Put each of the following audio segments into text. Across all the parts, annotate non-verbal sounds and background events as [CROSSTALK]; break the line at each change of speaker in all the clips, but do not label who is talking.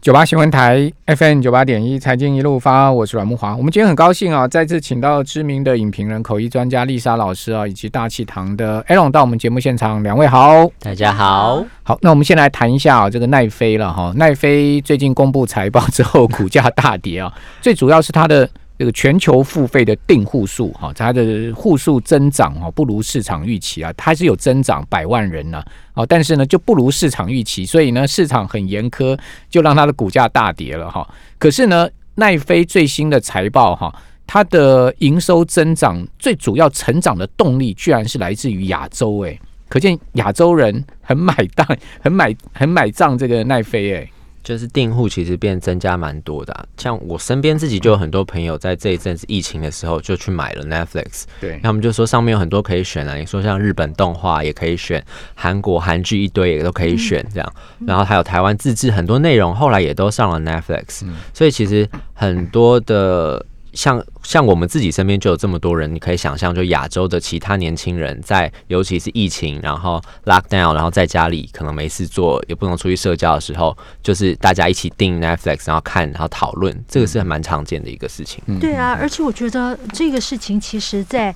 九八新闻台 FM 九八点一财经一路发，我是阮木华。我们今天很高兴啊，再次请到知名的影评人、口译专家丽莎老师啊，以及大气堂的 Aaron 到我们节目现场。两位好，
大家好，
好，那我们先来谈一下啊，这个奈飞了哈、奈飞最近公布财报之后，股价大跌啊， [LAUGHS] 最主要是它的这个全球付费的订户数哈、它的户数增长哈、不如市场预期啊，它还是有增长百万人呢、哦，但是呢就不如市场预期，所以呢市场很严苛，就让它的股价大跌了哈、可是呢，奈飞最新的财报哈、它的营收增长最主要成长的动力，居然是来自于亚洲哎诶、可见亚洲人很买单， [LAUGHS] 很买很买账这个奈飞诶、哎
就是订户其实变增加蛮多的啊、像我身边自己就有很多朋友在这一阵子疫情的时候就去买了 Netflix，
对
他们就说上面有很多可以选啊，你说像日本动画也可以选，韩国韩剧一堆也都可以选这样，然后还有台湾自制很多内容，后来也都上了 Netflix，、所以其实很多的。像像我们自己身边就有这么多人，你可以想象，就亚洲的其他年轻人在，尤其是疫情，然后 lockdown，然后在家里可能没事做，也不能出去社交的时候，就是大家一起订 Netflix，然后看，然后讨论，这个是蛮常见的一个事情。
对啊，而且我觉得这个事情其实在，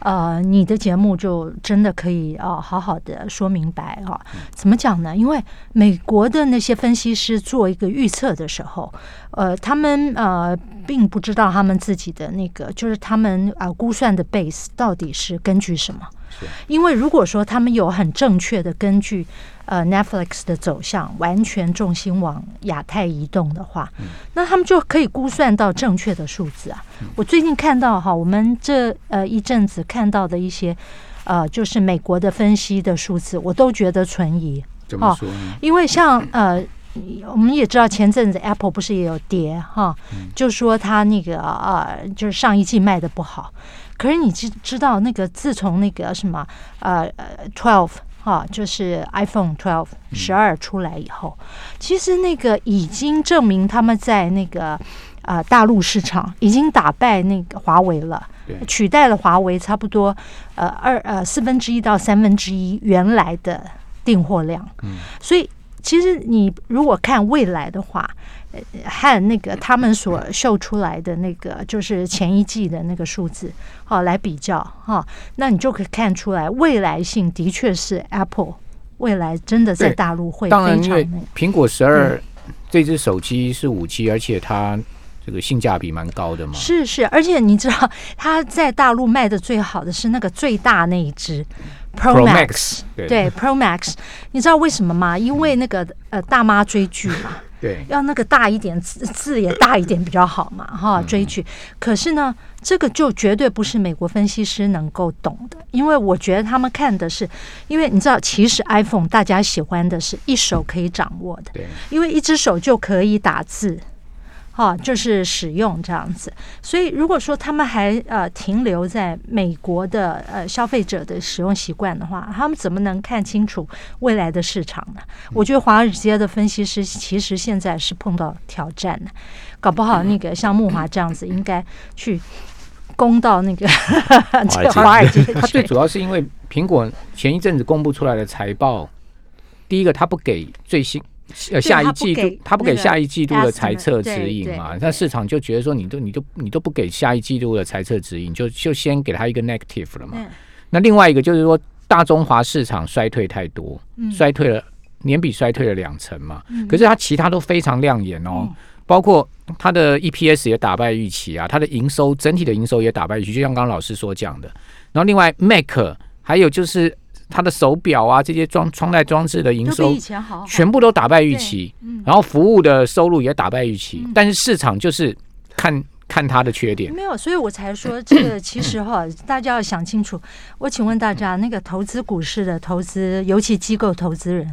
呃，你的节目就真的可以呃好好的说明白啊。怎么讲呢？因为美国的那些分析师做一个预测的时候，呃，他们呃并不知道他们自己的那个，就是他们啊、呃、估算的 base 到底是根据什么。因为如果说他们有很正确的根据，呃，Netflix 的走向完全重心往亚太移动的话，那他们就可以估算到正确的数字啊。我最近看到哈，我们这呃一阵子看到的一些，呃，就是美国的分析的数字，我都觉得存疑。
怎
么
说呢？
因为像呃，我们也知道前阵子 Apple 不是也有跌哈，就说它那个呃，就是上一季卖的不好。可是你知知道那个自从那个什么呃呃 twelve 哈，就是 iPhone twelve 十二出来以后，其实那个已经证明他们在那个呃大陆市场已经打败那个华为了
对，
取代了华为差不多呃二呃四分之一到三分之一原来的订货量。
嗯
所以其实你如果看未来的话，呃，和那个他们所秀出来的那个就是前一季的那个数字，好、来比较哈、那你就可以看出来未来性的确是 Apple 未来真的在
对
大陆会
当然，
非
因
常
为
那个。
苹果十
嗯
二这只手机是五 G，而且它这个性价比蛮高的嘛。
是是，而且你知道，它在大陆卖的最好的是那个最大那一只 Pro
Pro
Max，
Max，对
对 Pro Max，你知道为什么吗？因为那个呃大妈追剧嘛，
对，
要那个大一点，字字也大一点比较好嘛，哈，
嗯
追剧。可是呢，这个就绝对不是美国分析师能够懂的，因为我觉得他们看的是，因为你知道，其实 iPhone 大家喜欢的是一手可以掌握的，
对，
因为一只手就可以打字。哈、就是使用这样子，所以如果说他们还呃停留在美国的呃消费者的使用习惯的话，他们怎么能看清楚未来的市场呢？我觉得华尔街的分析师其实现在是碰到挑战的，搞不好那个像木华这样子，应该去攻到那个这个 [LAUGHS] 华尔街
它最
去。
主要是因为苹果前一阵子公布出来的财报，第一个它不给最新。呃，下一
它不
季度
给
它不给
那个
下一季度的财测
estimate，对
指引嘛
对，
那
对
市场就觉得说你都你都你都不给下一季度的财测指引，就就先给它一个 negative 了嘛。
嗯
那另外一个就是说，大中华市场衰退太多，
嗯
衰退了年比衰退了两成嘛。可是它其他都非常亮眼
嗯
哦，包括它的 EPS 也打败预期啊，它的营收整体的营收也打败预期，就像刚刚老师所讲的。然后另外 Mac 还有就是它的手表啊这些装穿戴装置的营
都比
收
以前好好，
全部都打败预期，
哦嗯
然后服务的收入也打败预期，但是市场就是看看它的缺点。
没有，所以我才说
[CLEARS THROAT]
这个其实哈，大家要想清楚。我请问大家，那个投资股市的投资，尤其机构投资人，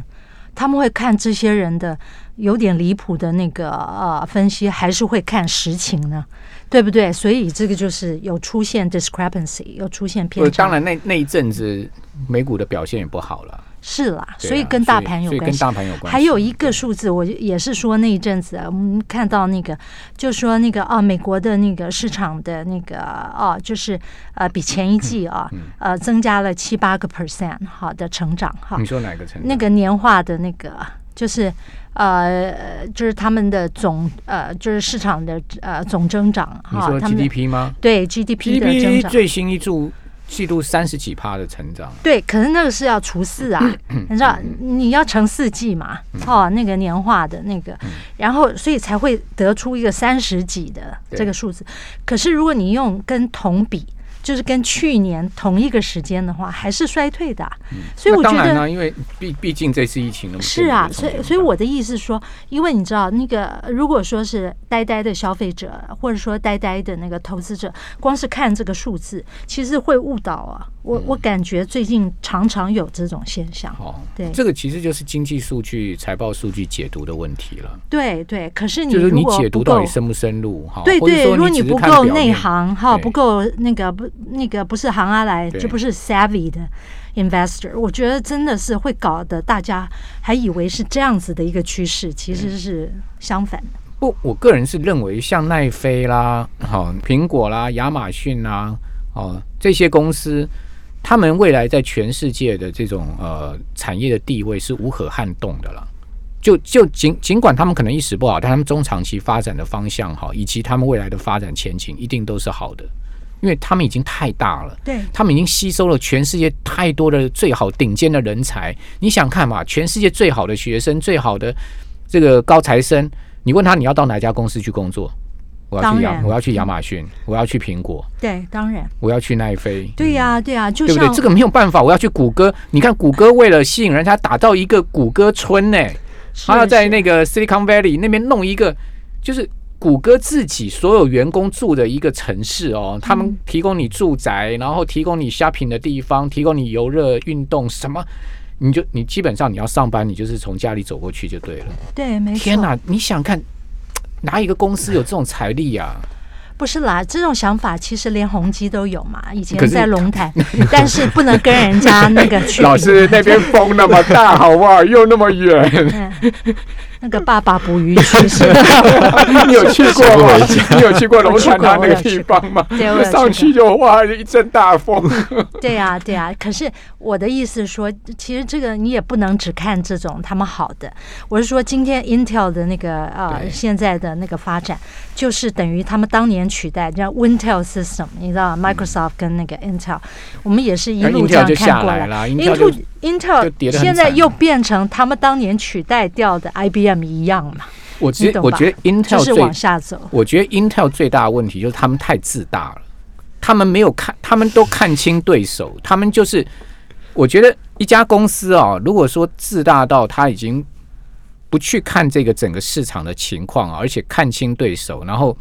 他们会看这些人的有点离谱的那个呃分析，还是会看实情呢？对不对？所以这个就是有出现 discrepancy，有出现偏
呃，
差，
当然那那一阵子美股的表现也不好了，
是啦。
对啊
所以跟大盘有
所以
关
跟
系。
大盘有关系。
还有一个数字，我也是说那一阵子啊，我们看到那个，就说那个啊，美国的那个市场的那个啊，就是呃，比前一季啊，
嗯
呃，增加了七
嗯
八个 percent 好的成长哈
你，说哪个城？
那个年化的那个就是呃，就是他们的总呃，就是市场的呃总增长
你
哈，
说
他们的
GDP 吗
对 GDP 的增
？GDP
长。
最新一注季度三十几趴的成长，
对，可是那个是要除
嗯
四啊，你知道你要乘四季嘛，哦，那个年化的那
嗯
个，然后所以才会得出一个三十几的
对
这个数字。可是如果你用跟同比，就是跟去年同一个时间的话，还是衰退的啊、所以
嗯那
我
当
觉
然
得
呢，因为毕毕竟这次疫情那么
是啊，所以所以
我。
我的意思是说，因为你知道那个，如果说是呆呆的消费者，或者说呆呆的那个投资者，光是看这个数字，其实会误导啊。我我感觉最近常常有这种现象。
嗯好，
对
这个其实就是经济数据、财报数据解读的问题了，
对对，可是你
就是
嗯如
你
果
解读
不
到
够
底，深不深入哈？
对
或者
对，
说
如果
你
你
只是
不
看
够
表面
内，行哈，
对
不够那个不那个不是行阿来，
对
就不是 savvy 的 investor，我觉得真的是会搞得大家还以为是这样子的一个趋势，其实是相反的。
不，我个人是认为像奈飞啦、好、苹果啦、亚马逊啦、哦这些公司，他们未来在全世界的这种呃产业的地位是无可撼动的了。就就尽尽管他们可能一时不好，但他们中长期发展的方向哈，以及他们未来的发展前景一定都是好的，因为他们已经太大了。
对，
他们已经吸收了全世界太多的最好顶尖的人才。你想看嘛？全世界最好的学生、最好的这个高材生，你问他你要到哪家公司去工作？我要去
当
亚，
然
我要去亚马逊，我要去苹果，
对，当然，
我要去奈飞，
对呀、对呀、就
嗯对不对
像？
这个没有办法，我要去谷歌。你看谷歌为了吸引人家，打造一个谷歌村呢、
是
他要在那
是
个 Silicon Valley 那边弄一个，就是谷歌自己所有员工住的一个城市
嗯
哦，他们提供你住宅，然后提供你 shopping 的地方，提供你游乐、运动什么。你就你基本上你要上班，你就是从家里走过去就对了。
对，没错，
天哪，你想看哪一个公司有这种财力啊呀、
不是啦，这种想法其实连宏基都有嘛，以
可
前
是
在
[LAUGHS]
龙潭，但是不能跟人家那个去比，
那边风那么大，好不好？又那么
[LAUGHS]
远，
嗯，那个爸爸捕鱼去是，
你有去过
吗
你有去过
龙潭它那个地
方吗
我有去过对我有去过上去
就哇一阵大风。
[LAUGHS] 对呀、对呀、可是我的意思是说，其实这个你也不能只看这种他们好的，我是说今天 Intel 的那个呃
对
现在的那个发展，就是等于他们当年取代叫 Wintel System，你知道吗 Microsoft 跟那个 Intel，、我们也是一路
嗯 Intel
这样
就
看
下
过
来了，Intel 就
Intel Intel
就跌得很
现在
惨
又变成他们当年取代掉的 IBM 一样嘛，
我觉
你
得
懂
我
吧
觉得
就
Intel
是
最
往下
[LAUGHS]
走。
我觉得 Intel 最大的问题就是他们太自大了，他们没有看，他们都看清对手，他们就是，我觉得一家公司啊、如果说自大到他已经不去看这个整个市场的情况啊，而且看清对手，然后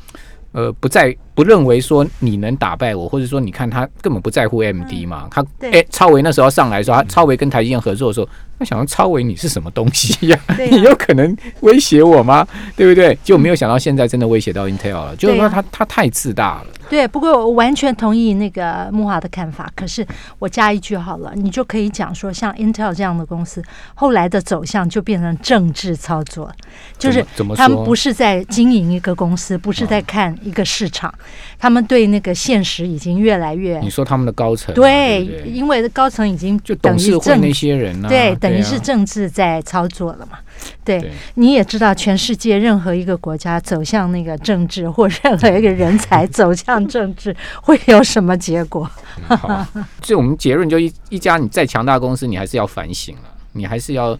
呃不在不认为说你能打败我，或者说你看他根本不在乎 MD 嘛，他
嗯对
哎超维那时候上来的时候，他超维跟台积电合作的时候，他想说超维你是什么东西呀、[LAUGHS]
对
你
呀、
有可能威胁我吗？对不对？就没有想到现在真的威胁到 Intel 了，就是
啊
说他他太自大了。
对，不过我完全同意那个木华的看法。可是我加一句好了，你就可以讲说，像 Intel 这样的公司，后来的走向就变成政治操作，就是
怎么怎么说
他们不是在经营一个公司，不是在看一个市场，他们对那个现实已经越来越
你说他们的高层嘛，对
对
不对，
因为高层已经
就
等
董事
于
会
政
那些人呢、
对，等于
啊
是政治在操作了嘛。对，
对
你也知道，全世界任何一个国家走向那个政治，或任何一个人才走向政治，会有什么结
[LAUGHS]
果？
好， [LAUGHS] 所以我们结论就一一家你再强大的公司，你还是要反省了，你还是要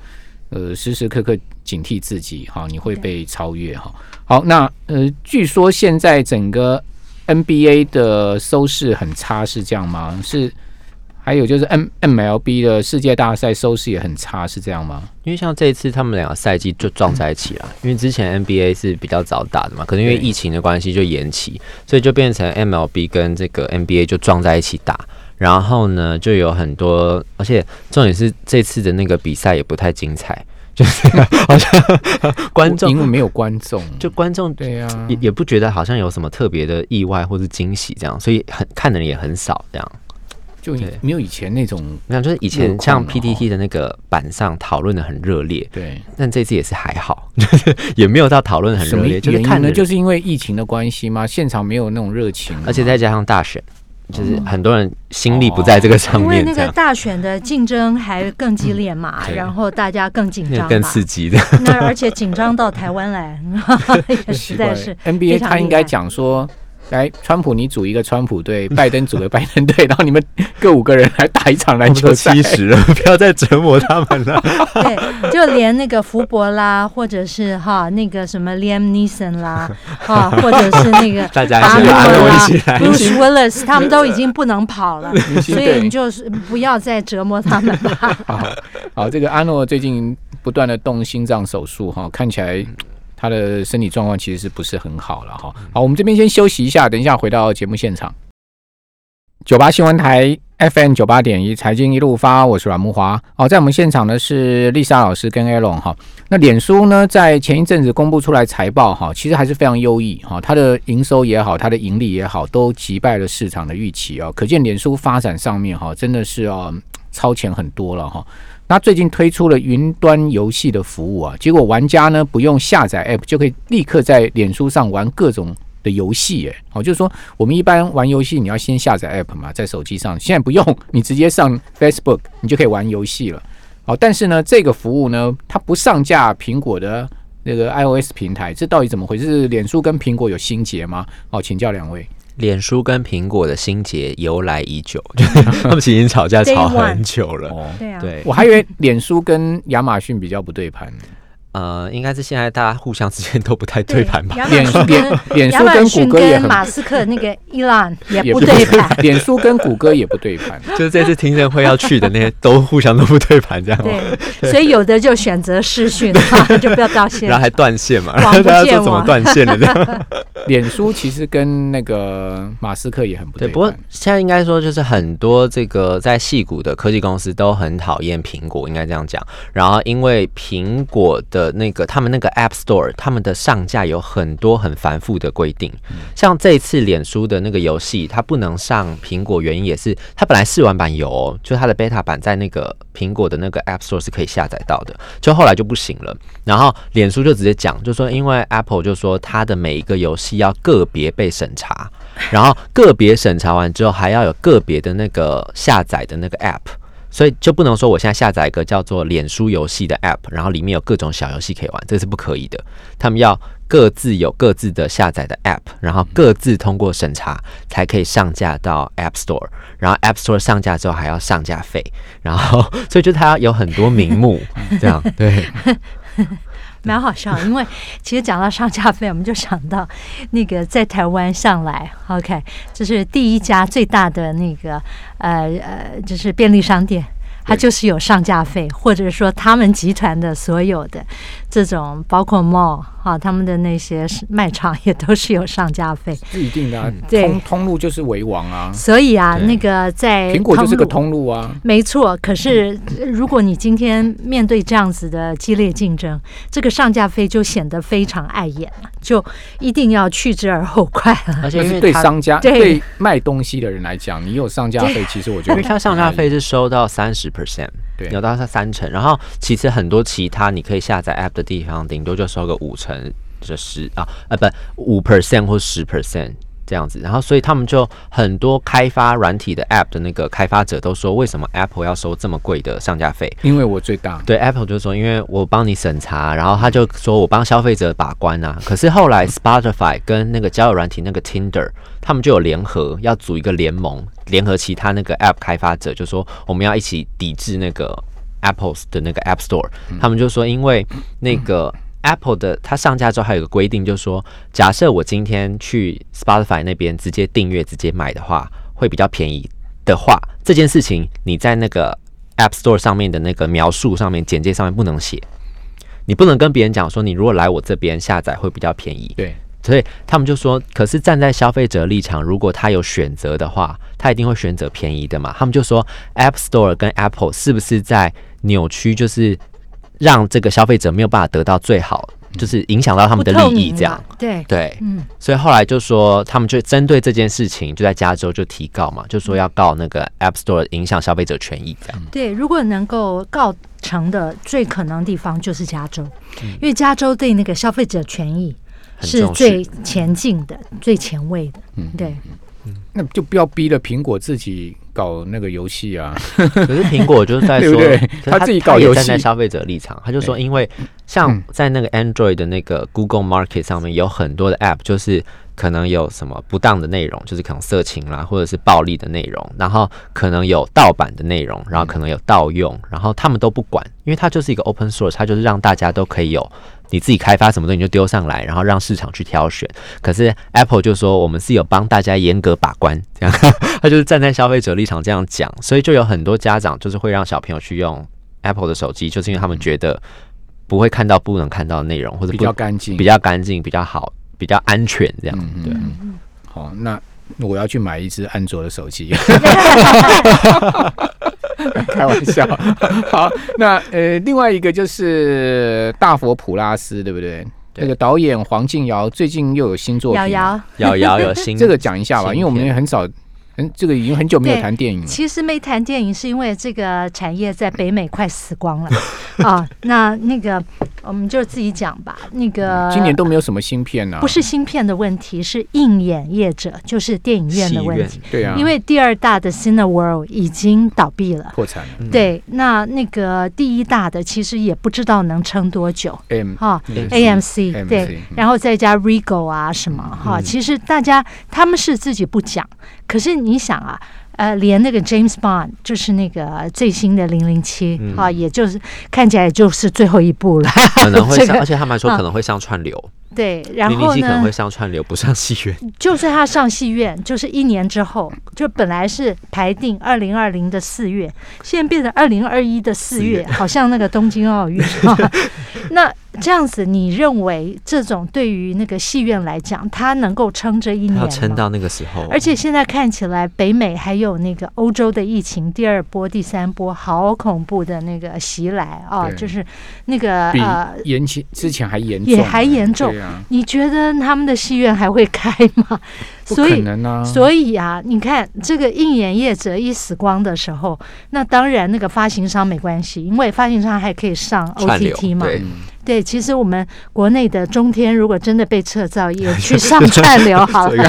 呃时时刻刻警惕自己哈，你会被超越哈。好，那呃，据说现在整个 NBA 的收视很差，是这样吗？是，还有就是 M MLB 的世界大赛收视也很差，是这样吗？
因为像这一次他们两个赛季就撞在一起了，因为之前 NBA 是比较早打的嘛，可能因为
嗯对
疫情的关系就延期，所以就变成 MLB 跟这个 NBA 就撞在一起打。然后呢，就有很多，而且重点是这次的那个比赛也不太精彩， [LAUGHS] 就是
[LAUGHS]
好像观
因为
众啊
没有观众，
就观众
对啊呀、
也也不觉得好像有什么特别的意外或是惊喜这样，所以很看的人也很少这样。
就
对
没有以前那种
那就是以
路
前
况
像
了哦
PTT 的那个板上讨论的很热烈，
对。
但这次也是还好， [LAUGHS] 就是也没有到讨论很
什
热
么
烈，
原
就是
因
看
呢？
的
就是因为疫情的关系吗？现场没有那种热情了吗，
而且再加上大选，就是很多人心力不在这个上
因为
面，
那
这
个
样嗯
大选的竞争还更激烈嘛，
对
然后大家更紧
那
张
个 [LAUGHS]
嘛，
更刺激的。
那而且紧张到台湾来， [LAUGHS] 也实
[LAUGHS]
在是
NBA，
非常
他应该
厉害
讲说。来，川普你组一个川普队，拜登组个拜登队，然后你们各五个人来打一场
他
篮
们
球
都
赛。
七十了，不要再折磨他们了。
对， [LAUGHS] 就连那个福伯啦，或者是哈那个什么 Liam Neeson 啦，哈，或者是那个
[LAUGHS] 大家
达
一
诺
起来，
巴
我
诺
一
啦
起 [LAUGHS] 来。
，Bruce Willis，他们都已经不能跑了，
星
所
队
以你就是不要再折磨他们吧。
好 [LAUGHS] 好，这个阿诺最近不断的动心脏手术哈，看起来他的身体状况其实是不是很好了哈。好，我们这边先休息一下，等一下回到节目现场。九八新闻台 FM 九八点一财经一路发，我是阮木华。哦，在我们现场的是丽莎老师跟 Aaron 哈。那脸书呢，在前一阵子公布出来财报哈，其实还是非常优异哈，它的营收也好，它的盈利也好，都击败了市场的预期哦。可见脸书发展上面哈，真的是哦超前很多了哈。那最近推出了云端游戏的服务啊，结果玩家呢不用下载 App 就可以立刻在脸书上玩各种的游戏，哎，哦，就是说我们一般玩游戏你要先下载 App 嘛，在手机上，现在不用，你直接上 Facebook 你就可以玩游戏了。哦，但是呢，这个服务呢，它不上架苹果的那个 iOS 平台，这到底怎么回事？是脸书跟苹果有心结吗？哦，请教两位。
脸书跟苹果的心结由来已久，就是 [LAUGHS] 他们其实已经吵架
Day
吵
one
很久 [LAUGHS] 了。
哦，
对啊，
对
我，还以为脸书跟亚马逊比较不对盘呢。
呃，应该是现在大家互相之间都不太对盘吧？
亚马
脸
逊
脸
跟
脸
亚
书
马
跟谷
逊
歌也
跟
很
马斯克那个伊朗也
也
不
不
对盘。
脸书跟谷歌也不对盘。
就是这次听证会要去的那些都互相都不对盘这样，
对，所以有的就选择视讯，就不要到现
然后
场
还。断线嘛，然
网
后
不见
[LAUGHS] 大
网
家说怎么断线的这样。
脸书其实跟那个马斯克也很不
对，
对
不过
盘。
现在应该说，就是很多这个在戏股的科技公司都很讨厌苹果，应该这样讲。然后因为苹果的那个他们那个 App Store，他们的上架有很多很繁复的规定，像这一次脸书的那个游戏，它不能上苹果，原因也是它本来试玩版有、哦，就它的 beta 版在那个苹果的那个 App Store 是可以下载到的，就后来就不行了。然后脸书就直接讲，就说因为 Apple 就说它的每一个游戏要个别被审查，然后个别审查完之后还要有个别的那个下载的那个 App。所以就不能说我现在下载一个叫做脸书游戏的 App，然后里面有各种小游戏可以玩，这是不可以的。他们要各自有各自的下载的 App，然后各自通过审查才可以上架到 App Store，然后 App Store 上架之后还要上架费，然后 [LAUGHS] 所以就它有很多名目，这样对，
蛮好笑，因为其实讲到上架费，我们就想到那个在台湾上来，OK，这是第一家最大的那个呃呃，就是便利商店。它就是有上架费，或者说他们集团的所有的这种，包括 mall 啊，他们的那些是卖场也都是有上架费。
是一定的、
嗯
啊，
对
通通路就是为王啊，
所以啊，
对
那个在
苹果就是个
通路
通路啊。
没错，可是呃如果你今天面对这样子的激烈竞争，这个上架费就显得非常碍眼了，就一定要去之而后快了。
[LAUGHS] 而且
但
因为
是对
它
商家、
对
对卖东西的人来讲，你有上架费，其实我觉
因
得
为它上架费是收到三十 percent，
对
有到它三成，然后其实很多其他你可以下载 app 的地方，顶多就收个五成，就十啊啊不五 percent 或十 percent 这样子，然后所以他们就很多开发软体的 app 的那个开发者都说，为什么 Apple 要收这么贵的上架费？
因为我最大，
对 Apple 就说，因为我帮你审查，然后他就说我帮消费者把关啊。可是后来 Spotify 跟那个交友软体那个 Tinder，他们就有联合，要组一个联盟，联合其他那个 App 开发者，就说我们要一起抵制那个 Apple 的那个 App Store。他们就说，因为那个 Apple 的它上架之后还有一个规定，就是说，假设我今天去 Spotify 那边直接订阅、直接买的话，会比较便宜的话，这件事情你在那个 App Store 上面的那个描述上面、简介上面不能写。你不能跟别人讲说，你如果来我这边下载会比较便宜，
对，
所以他们就说，可是站在消费者立场，如果他有选择的话，他一定会选择便宜的嘛。他们就说，App Store 跟 Apple 是不是在扭曲，就是让这个消费者没有办法得到最好，就是影响到他
他
们的利益这样。
对，
对，
嗯，
所以后来就说，他们就针对这件事情，就在加州就提告嘛，就说要告那个 App Store 影响消费者权益这样。
对，如果能够告成的最可能地方就是加州，因为加州对那个消费者权益
嗯很
是
重视嗯
最前进的、最前卫的。对，
那就不要逼了苹果自己搞那个游戏啊。
[LAUGHS] 可是苹果就是在说，
对不对
可是
他自己搞
也
游戏嗯
站在消费者立场，他就说，因为像在那个 Android 的那个 Google Market 上面有很多的 App，就是可能有什么不当的内容，就是可能色情啦，或者是暴力的内容，然后可能有盗版的内容，然
嗯
后可能有盗用，然后他们都不管，因为它就是一个 open source，它就是让大家都可以有。你自己开发什么东西你就丢上来，然后让市场去挑选。可是 Apple 就说我们是有帮大家严格把关，这样 [LAUGHS] 他就是站在消费者立场这样讲，所以就有很多家长就是会让小朋友去用 Apple 的手机，就是因为他们觉得不会看到不能看到的内容，或者
比
不
较干净嗯
比。较干净、比较好、比较安全这
嗯
样。对，
好，那我要去买一只安卓的手
[LAUGHS]
机。开玩笑。好，那呃，另外一个就是大佛普拉斯，对不对？
对
那个导演黄静瑶最近又有新作品
瑶
嘛，
瑶，
瑶瑶有
[LAUGHS]
[LAUGHS]
新
这个讲一下吧，
新
因为我们
片
很少，嗯，这个已经很久没有
对
谈电影了。
其实没谈电影，是因为这个产业在北美快死光
[LAUGHS]
了啊。那那个我们就自己讲吧。那个
今年都没有什么新片呢、啊，
不是芯片的问题，是映演业者，就是电影院
戏
的问
院
题。
对啊，
因为第二大的 Cine World 已经倒闭了。
破产了。
对，那那个第一大的其实也不知道能撑多久
M
哈。
那
嗯
个是
AMC 对
AMC，嗯，
然后再加 Rego 啊什么
嗯
哈，其实大家他们是自己不讲，可是你想啊。呃，连那个 James Bond 就是那个最新的零零七
嗯
啊，也就是看起来就是最后一部了。 [LAUGHS]
可能会
这
上，
个
而且他们还说
啊
可能会上串流，
对，然
零零
后
七可能
呢
会，上串流，不上戏院。
就是他上戏院，就是一年之后，就本来是排定二零二零的四月，现在变成二零二一的四月，好像那个东京奥运。那这样子，你认为这种对于那个戏院来讲，它能够撑这一年
要
吗？
撑到那个时候，
而且现在看起来，北美还有那个欧洲的疫情第二波、第三波，好恐怖的那个袭来啊！
对
就是那个
比
呃，
延期之前还严重，
也还严重
对啊，
你觉得他们的戏院还会开吗？
不
所
可
以，
能啊。
所以啊，你看这个应演业者一死光的时候，那当然那个发行商没关系，因为发行商还可以上
串流
OTT 嘛。
对
嗯
对，其实我们国内的中天如果真的被撤照，
[LAUGHS]
也去上串流好了。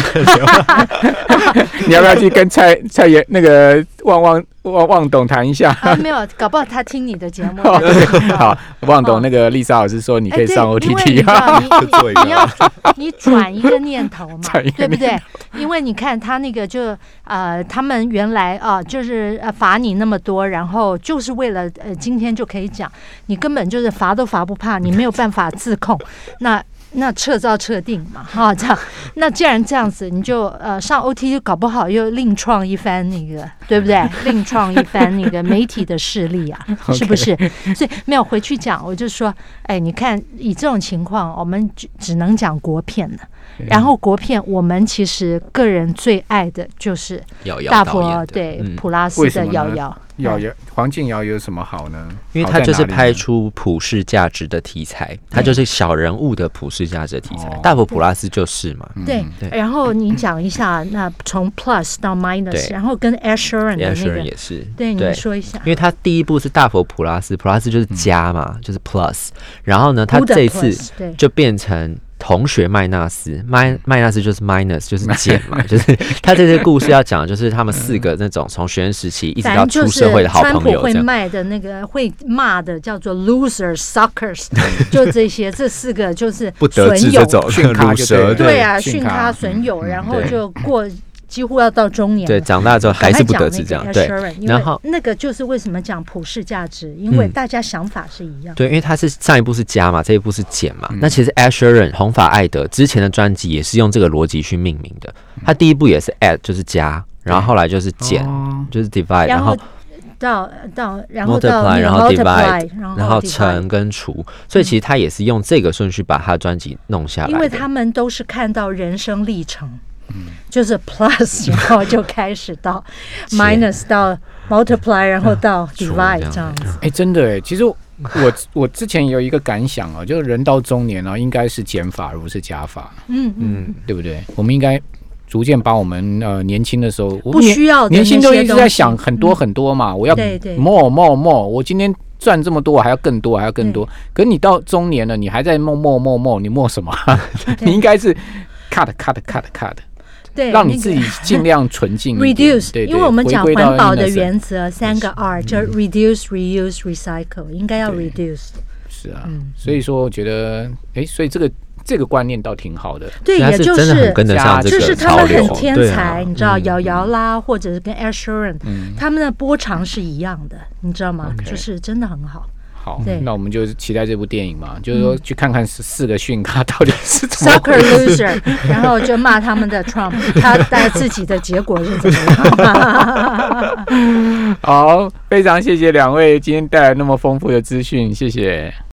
[LAUGHS]
你要不要去跟蔡蔡妍那个旺旺旺旺董谈一
[LAUGHS]
下？
啊，没有，搞不好他听你的节目。
[LAUGHS] 好，旺董
哦
那个丽莎老师说你
哎
可以
对
上
因为你
OTT
知
啊。
道你
就做一
[LAUGHS] 你
个
要你转一个念头嘛
[LAUGHS] 转一，个
对不对？因为你看他那个就呃，他们原来啊、就是呃罚你那么多，然后就是为了呃今天就可以讲，你根本就是罚都罚不怕，你没有办法自控，那。那撤照撤定嘛，哈、这样。那既然这样子，你就呃上 OT 搞不好又另创一番那个，对不对？
[LAUGHS]
另创一番那个媒体的势力啊，是不是？所以没有回去讲，我就说，哎，你看以这种情况，我们只只能讲国片了。
嗯
然后国片，我们其实个人最爱的就是
瑶瑶
大
导演
佛
的
对、
嗯
普拉斯
为什
的
么呢
瑶瑶，
瑶瑶黄静瑶有什么好呢？
因为
好
它
在
就是
哪里呢
拍出普世价值的题材，它就是小人物的普世价值的题材
哦。
大佛普拉斯就是嘛，
对，
对
然后你讲一下，那从 plus 到 minus，
对
然后跟 a s s u r a n
连
c
诗
的
人
那个，
也是，
对，你说一下
因。为他第一部是大佛普拉斯，普拉斯就是加嘛，就是 plus。然后呢，他
Buddha
这一次
嗯 plus，对
就变成同学麦纳斯，麦麦纳斯就是 minus，就是
[LAUGHS]
减嘛，就是他这些故事要讲，的就是他们四个那种从学生时期一直
反
到
正就
出
是
社会的好
川
朋
普
友这
会
样。
卖的那个会骂的叫做 losers、suckers，就
[LAUGHS]
这些，这四个就是
不得志
损友
这种
损友
乳
训咖
蛇
就对了
对啊，
训
训
咖
咖损友，
嗯
然后
对
就过几乎要到中年了
对，长大之后还是不得志这样。对，然
然
后
后那个就是为什么讲普世价值，因为
嗯
大家想法是一样。
对，因为它是上一部是加嘛，这一部是减嘛。那其实 a s h e r o n 红发艾德之前的专辑也是用这个逻辑去命名的。他第一部也是 add 就是加，然后后来就是减，
哦
就是 divide，
然
然
后
后
到到然后到
multiply，
那个
然后
multiply，
divide，然后
divide
乘跟除。所以其实他也是用这个顺序把他专辑弄下来的。嗯
因为他们都是看到人生历程，就是
[LAUGHS]
plus，然后就开始到 minus 到 multiply，然后到
除
divide
嗯这
这
样
样子。
哎，真的哎，其实我我之前有一个感想哦，就是人到中年哦，应该是减法而不是加法，
嗯嗯，
对不对？我们应该逐渐把我们呃年轻的时候我们
不
年
需要的
年轻
哦那
就
些
一直
东
在
西嗯
想很多很多嘛，我要
对对
more more more，我今天赚这么多，我还要更多，还要更多。可是你到中年 [LAUGHS]
哦
了，你还在 more more more more，你 more 什么啊？你应该是 cut cut cut cut，
对，
让你
那个
自己尽量纯净一点
reduce，
对对
因为我们讲
回归到
环保的
innocent
原则三个 R，就是
嗯
reduce、reuse、recycle，应该要 reduce。
是啊，
嗯
所以说我觉得，哎，所以这个这个观念倒挺好的，
对，
他
也
是
就
真的很
是
跟得上这
就
个
是他
潮
们
流
很，天
对啊
才，你知道，
嗯
瑶瑶啦，或者是跟 Air Sharon，他们的波长是一样的，你知道吗？
OK
就是真的很
[LAUGHS]
好。
好
对，嗯
那我们就是期待这部电影嘛，就是说去看看十四个训咖到底是怎么
Sucker loser，然后就骂他们的 Trump，他带自己的结果是怎么样？
好，非常谢谢两位今天带来那么丰富的资讯，谢谢。